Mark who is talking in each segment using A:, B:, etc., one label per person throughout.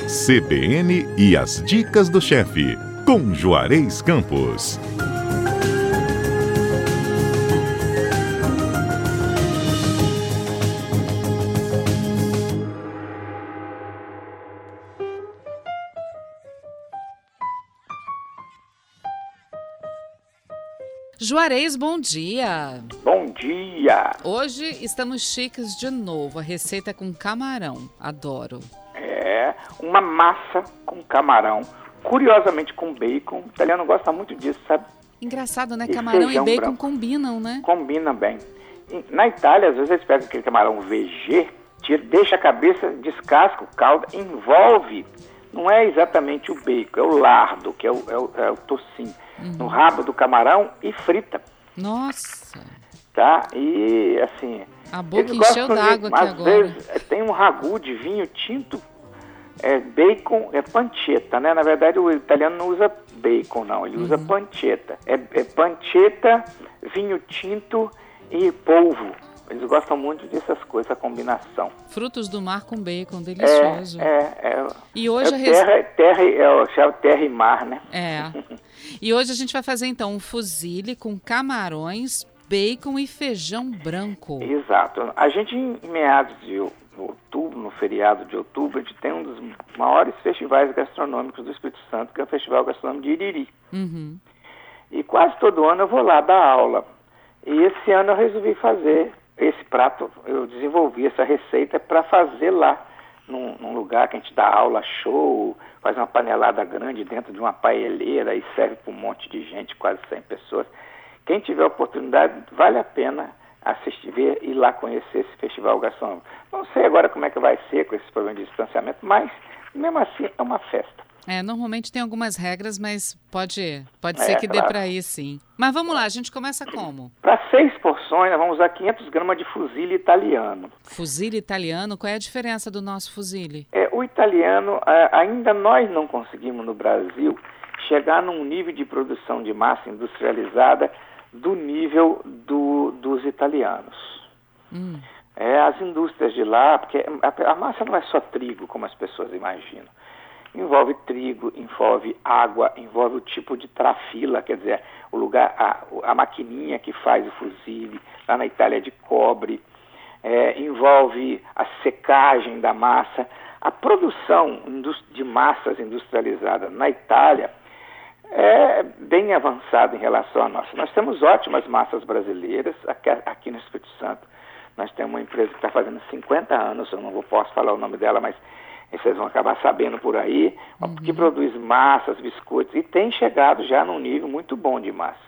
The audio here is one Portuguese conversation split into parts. A: CBN e as dicas do chefe, com Juarez Campos.
B: Juarez, bom dia.
C: Bom dia.
B: Hoje estamos chiques de novo. A receita é com camarão. Adoro.
C: É uma massa com camarão, curiosamente com bacon. O italiano gosta muito disso, sabe?
B: Engraçado, né?
C: E
B: Camarão e
C: feijão
B: bacon
C: branco.
B: combinam, né?
C: Combina bem. E Na Itália, às vezes eles pegam aquele camarão VG, tira, deixa a cabeça, descasca o caldo, envolve. Não é exatamente o bacon, é o lardo, que é o, é o- é o tocinho, no rabo do camarão e frita,
B: Nossa,
C: tá? E assim,
B: a boca
C: Eles
B: encheu
C: gostam de-
B: d'água aqui
C: às
B: agora.
C: Vezes, eh, tem um ragu de vinho tinto, é bacon, é pancetta, né? Na verdade, o italiano não usa bacon, não. Ele
B: Uhum.
C: usa pancetta. É, é pancetta, vinho tinto e polvo. Eles gostam muito dessas coisas, essa combinação.
B: Frutos do mar com bacon, delicioso.
C: É, é, é.
B: E hoje
C: é
B: a receita.
C: terra, terra, é o chama terra e mar, né?
B: É. E hoje a gente vai fazer então um fuzile com camarões, bacon e feijão branco.
C: Exato. A gente, em meados de o- outubro, no feriado de outubro, a gente tem um dos maiores festivais gastronômicos do Espírito Santo, que é o Festival Gastronômico de Iriri.
B: Uhum.
C: E quase todo ano eu vou lá dar aula. E esse ano eu resolvi fazer esse prato, eu desenvolvi essa receita para fazer lá, num, num lugar que a gente dá aula, show, faz uma panelada grande dentro de uma paeleira e serve para um monte de gente, quase 100 pessoas. Quem tiver oportunidade, vale a pena assistir, ver e ir lá conhecer esse festival gastronômico. Não sei agora como é que vai ser com esse problema de distanciamento, mas mesmo assim é uma festa.
B: É, normalmente tem algumas regras, mas pode, pode
C: É,
B: ser que dê
C: claro.
B: pra ir sim. Mas vamos lá, a gente começa como?
C: Para seis porções, nós vamos usar 500 gramas de fuzile italiano.
B: Fuzile italiano, qual é a diferença do nosso fuzile?
C: É, o italiano, a- ainda nós não conseguimos no Brasil chegar num nível de produção de massa industrializada do nível do- dos italianos.
B: Hum,
C: É, as indústrias de lá, porque a, a massa não é só trigo, como as pessoas imaginam. Envolve trigo, envolve água, envolve o tipo de trafila, quer dizer, o lugar, a, a maquininha que faz o fuzile, lá na Itália é de cobre, é, envolve a secagem da massa. A produção indus- de massas industrializada na Itália é bem avançado em relação à nossa. Nós temos ótimas massas brasileiras aqui, aqui no Espírito Santo. Nós temos uma empresa que está fazendo 50 anos, eu não vou- posso falar o nome dela, mas vocês vão acabar sabendo por aí,
B: Uhum.
C: que produz massas, biscoitos, e tem chegado já num nível muito bom de massa.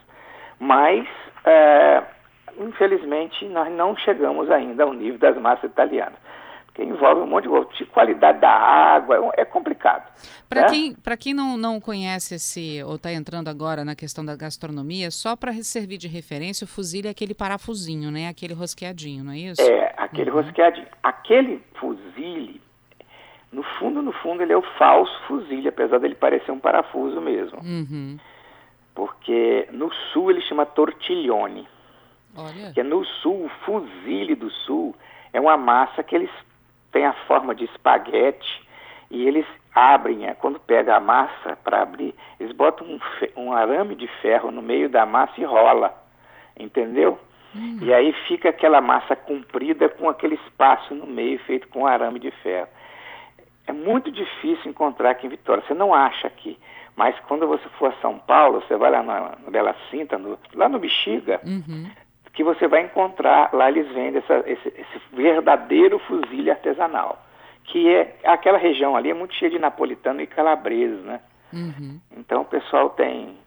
C: Mas, é, infelizmente, nós não chegamos ainda ao nível das massas italianas, porque envolve um monte de coisa, de qualidade da água, é um- é complicado.
B: Para
C: né?
B: quem, pra quem não, não conhece esse, ou está entrando agora na questão da gastronomia, só para servir de referência, o fuzile é aquele parafusinho, né? Aquele rosqueadinho, não é isso?
C: É, aquele rosqueadinho. Aquele fuzile, no fundo, no fundo, ele é o falso fuzile, apesar dele parecer um parafuso mesmo.
B: Uhum.
C: Porque no sul ele chama tortiglione.
B: Olha.
C: Que no sul, o fuzile do sul é uma massa que eles têm a forma de espaguete e eles abrem, é, quando pega a massa para abrir, eles botam um, fe- um arame de ferro no meio da massa e rola, entendeu? E aí fica aquela massa comprida com aquele espaço no meio feito com arame de ferro. É muito difícil encontrar aqui em Vitória. Você não acha aqui. Mas quando você for a São Paulo, você vai lá na na Bela Cinta, no- lá no Bexiga,
B: Uhum.
C: que você vai encontrar, lá eles vendem essa- esse, esse verdadeiro fuzile artesanal, que é aquela região ali é muito cheia de napolitano e calabreses, né?
B: Uhum.
C: Então o pessoal tem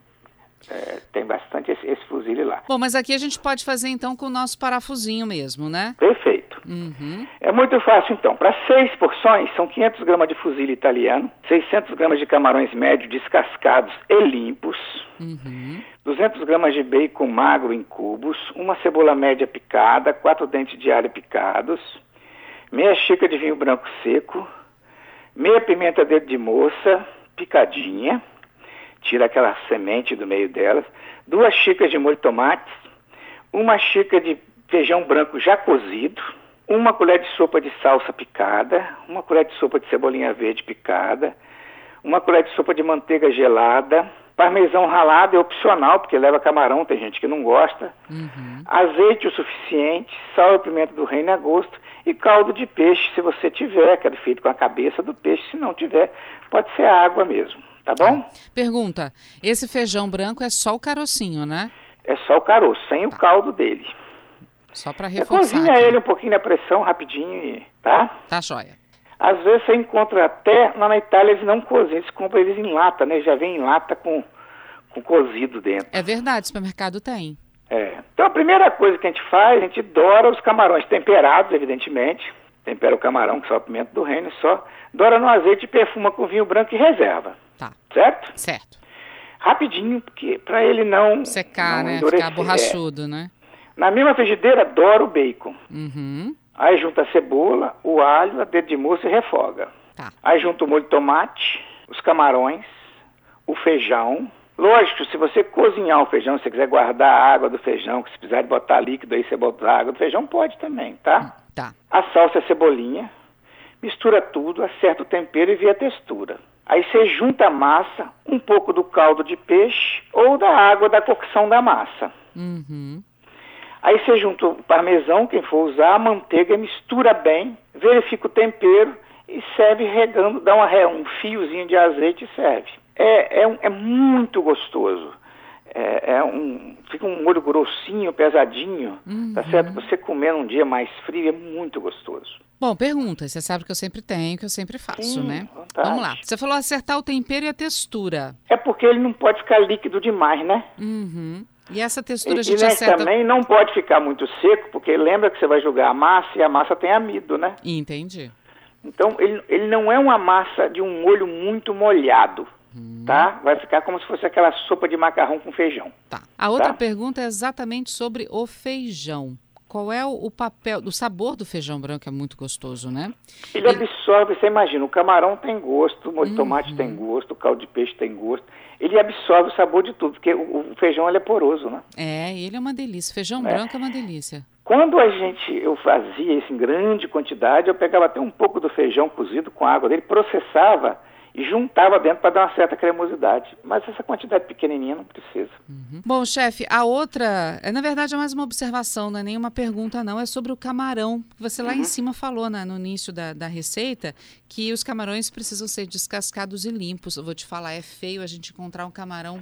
C: é, tem bastante esse, esse fuzile lá.
B: Bom, mas aqui a gente pode fazer então com o nosso parafusinho mesmo, né?
C: Perfeito.
B: Uhum.
C: É muito fácil então. Para seis porções são 500 gramas de fuzile italiano, 600 gramas de camarões médios descascados e limpos.
B: Uhum.
C: 200 gramas de bacon magro em cubos, uma cebola média picada, quatro dentes de alho picados, meia xícara de vinho branco seco, meia pimenta dedo de moça picadinha, tira aquela semente do meio delas, duas xícaras de molho de tomate, uma xícara de feijão branco já cozido, uma colher de sopa de salsa picada, uma colher de sopa de cebolinha verde picada, uma colher de sopa de manteiga gelada, parmesão ralado é opcional, porque leva camarão, tem gente que não gosta,
B: Uhum.
C: azeite o suficiente, sal e pimenta do reino a gosto e caldo de peixe, se você tiver, que é feito com a cabeça do peixe, se não tiver, pode ser água mesmo, tá bom?
B: Pergunta: esse feijão branco é só o carocinho, né?
C: É só o caroço, sem o caldo dele.
B: Só para
C: Você
B: reforçar.
C: cozinha
B: aqui.
C: ele um pouquinho na pressão, rapidinho, e- tá?
B: Tá joia.
C: Às vezes você encontra até, lá na Itália eles não cozinham, eles compram eles em lata, né? Já vem em lata com, com cozido dentro.
B: É verdade, supermercado tem.
C: É. Então a primeira coisa que a gente faz, a gente dora os camarões temperados, evidentemente. Tempera o camarão com sal e pimenta do reino só. Dora no azeite e perfuma com vinho branco e reserva,
B: Tá,
C: certo?
B: certo.
C: Rapidinho, porque para ele não
B: Secar,
C: não
B: né?
C: endurecer.
B: Ficar borrachudo, né?
C: É. Na mesma frigideira, dora o bacon.
B: Uhum.
C: Aí junta a cebola, o alho, a dedo de moça e refoga.
B: Tá.
C: Aí junta o molho de tomate, os camarões, o feijão. Lógico, se você cozinhar o feijão, se você quiser guardar a água do feijão, que se precisar de botar líquido aí, você bota a água do feijão, pode também, tá?
B: Tá.
C: A salsa e a cebolinha, mistura tudo, acerta o tempero e vê a textura. Aí você junta a massa, um pouco do caldo de peixe ou da água da cocção da massa.
B: Uhum.
C: Aí você junta o parmesão, quem for usar, a manteiga, mistura bem, verifica o tempero e serve regando, dá uma, re- um fiozinho de azeite e serve. É, é um- é muito gostoso. É, é um, fica um molho grossinho, pesadinho, tá certo? Você comer num dia mais frio é muito gostoso.
B: Bom, pergunta. Você sabe que eu sempre tenho, que eu sempre faço,
C: Sim,
B: né?
C: vontade.
B: Vamos lá. Você falou acertar o tempero e a textura.
C: É porque ele não pode ficar líquido demais, né?
B: Uhum. E essa
C: E,
B: textura a
C: e
B: gente
C: né,
B: acerta.
C: também não pode ficar muito seco, porque lembra que você vai jogar a massa e a massa tem amido, né?
B: Entendi.
C: Então, ele, ele não é uma massa de um molho muito molhado, tá? Vai ficar como se fosse aquela sopa de macarrão com feijão.
B: Tá. A outra
C: Tá.
B: pergunta é exatamente sobre o feijão. Qual é o, o papel, o sabor do feijão branco é muito gostoso, né?
C: Ele
B: E-
C: absorve, você imagina, o camarão tem gosto, o molho de tomate tem gosto, o caldo de peixe tem gosto. Ele absorve o sabor de tudo, porque o, o feijão ele é poroso, né?
B: É, ele é uma delícia. Feijão
C: É.
B: branco é uma delícia.
C: Quando a gente, eu fazia isso em grande quantidade, eu pegava até um pouco do feijão cozido com a água dele, processava e juntava dentro para dar uma certa cremosidade. Mas essa quantidade pequenininha não precisa.
B: Uhum. Bom, chefe, a outra, é, na verdade é mais uma observação, não é nenhuma pergunta não, é sobre o camarão. Você lá em cima falou né, no início da, da receita que os camarões precisam ser descascados e limpos. Eu vou te falar, é feio a gente encontrar um camarão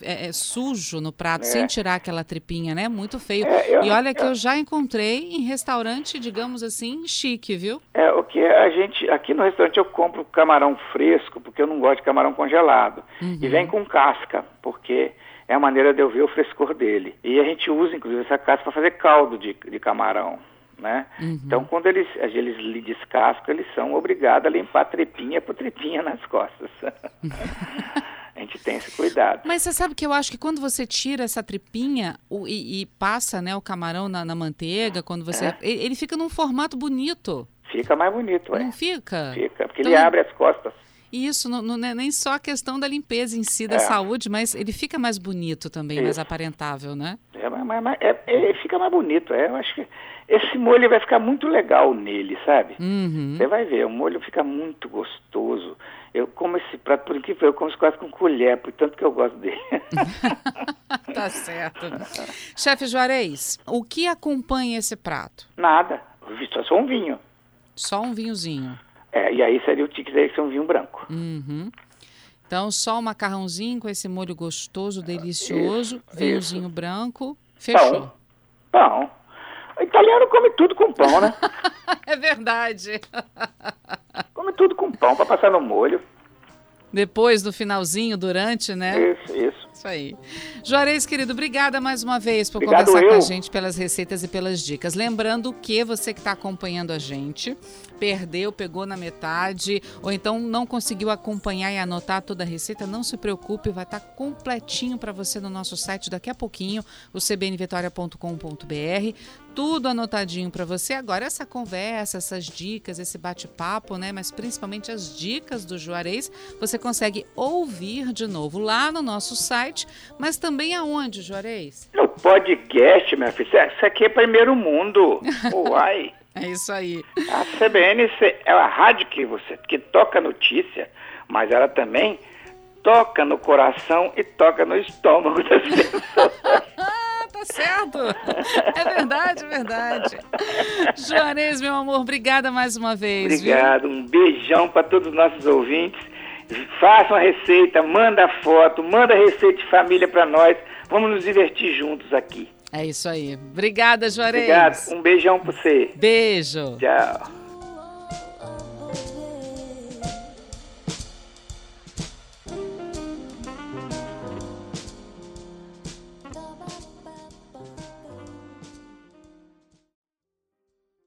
B: é, é, sujo no prato, sem tirar aquela tripinha, né? Muito feio.
C: É, eu-
B: e olha que eu já encontrei em restaurante, digamos assim, chique, viu?
C: É, o que a gente. Aqui no restaurante eu compro camarão fresco, porque eu não gosto de camarão congelado. E vem com casca, porque é a maneira de eu ver o frescor dele. E a gente usa, inclusive, essa casca para fazer caldo de, de camarão. Né? Então, quando eles, eles lhe descascam, eles são obrigados a limpar tripinha por tripinha nas costas. a gente tem esse cuidado.
B: Mas você sabe que eu acho que quando você tira essa tripinha o- e, e passa né, o camarão na, na manteiga, quando você.
C: É.
B: Ele, ele fica num formato bonito.
C: Fica mais bonito, é.
B: Não fica?
C: Fica, porque
B: Então,
C: ele abre as costas.
B: E isso não, não é nem só a questão da limpeza em si, da
C: É.
B: saúde, mas ele fica mais bonito também, mais
C: Isso.
B: aparentável, né?
C: É, mas, mas- mas é- é- fica mais bonito, é. Eu acho que esse molho vai ficar muito legal nele, sabe?
B: Uhum.
C: Você vai ver, o molho fica muito gostoso. Eu como esse prato, por incrível, que pareça, eu como esse quase com colher, por tanto que eu gosto dele.
B: tá certo. Chefe Juarez, o que acompanha esse prato?
C: Nada, só, só um vinho.
B: Só um vinhozinho.
C: É, e aí seria o tique, seria ser um vinho branco.
B: Uhum. Então, só o macarrãozinho com esse molho
C: É,
B: gostoso, delicioso, vinhozinho branco. Fechou.
C: Pão. Pão. O italiano come tudo com pão, né?
B: É verdade.
C: come tudo com pão para passar no molho.
B: Depois, no finalzinho, durante, né?
C: Isso, isso.
B: Isso aí. Juarez, querido, obrigada mais uma vez por
C: Obrigado,
B: conversar com a
C: eu.
B: gente pelas receitas e pelas dicas. Lembrando que você que está acompanhando a gente perdeu, pegou na metade, ou então não conseguiu acompanhar e anotar toda a receita, não se preocupe, vai estar completinho para você no nosso site daqui a pouquinho, o cbnvitoria.com.br. Tudo anotadinho para você. Agora, essa conversa, essas dicas, esse bate-papo, né? Mas principalmente as dicas do Juarez, você consegue ouvir de novo lá no nosso site, mas também aonde, Juarez?
C: No podcast, minha filha, isso aqui é primeiro mundo. é Uai.
B: É isso aí.
C: A CBN é a rádio que você que toca notícia, mas ela também toca no coração e toca no estômago das pessoas.
B: tá certo. É verdade, é verdade. Juarez, meu amor, obrigada mais uma vez.
C: Obrigado, viu? um beijão para todos os nossos ouvintes. Façam a receita, manda a foto, manda a receita de família para nós. Vamos nos divertir juntos aqui.
B: É isso aí. Obrigada, Juarez.
C: Obrigado. Um beijão para você.
B: Beijo.
C: Tchau.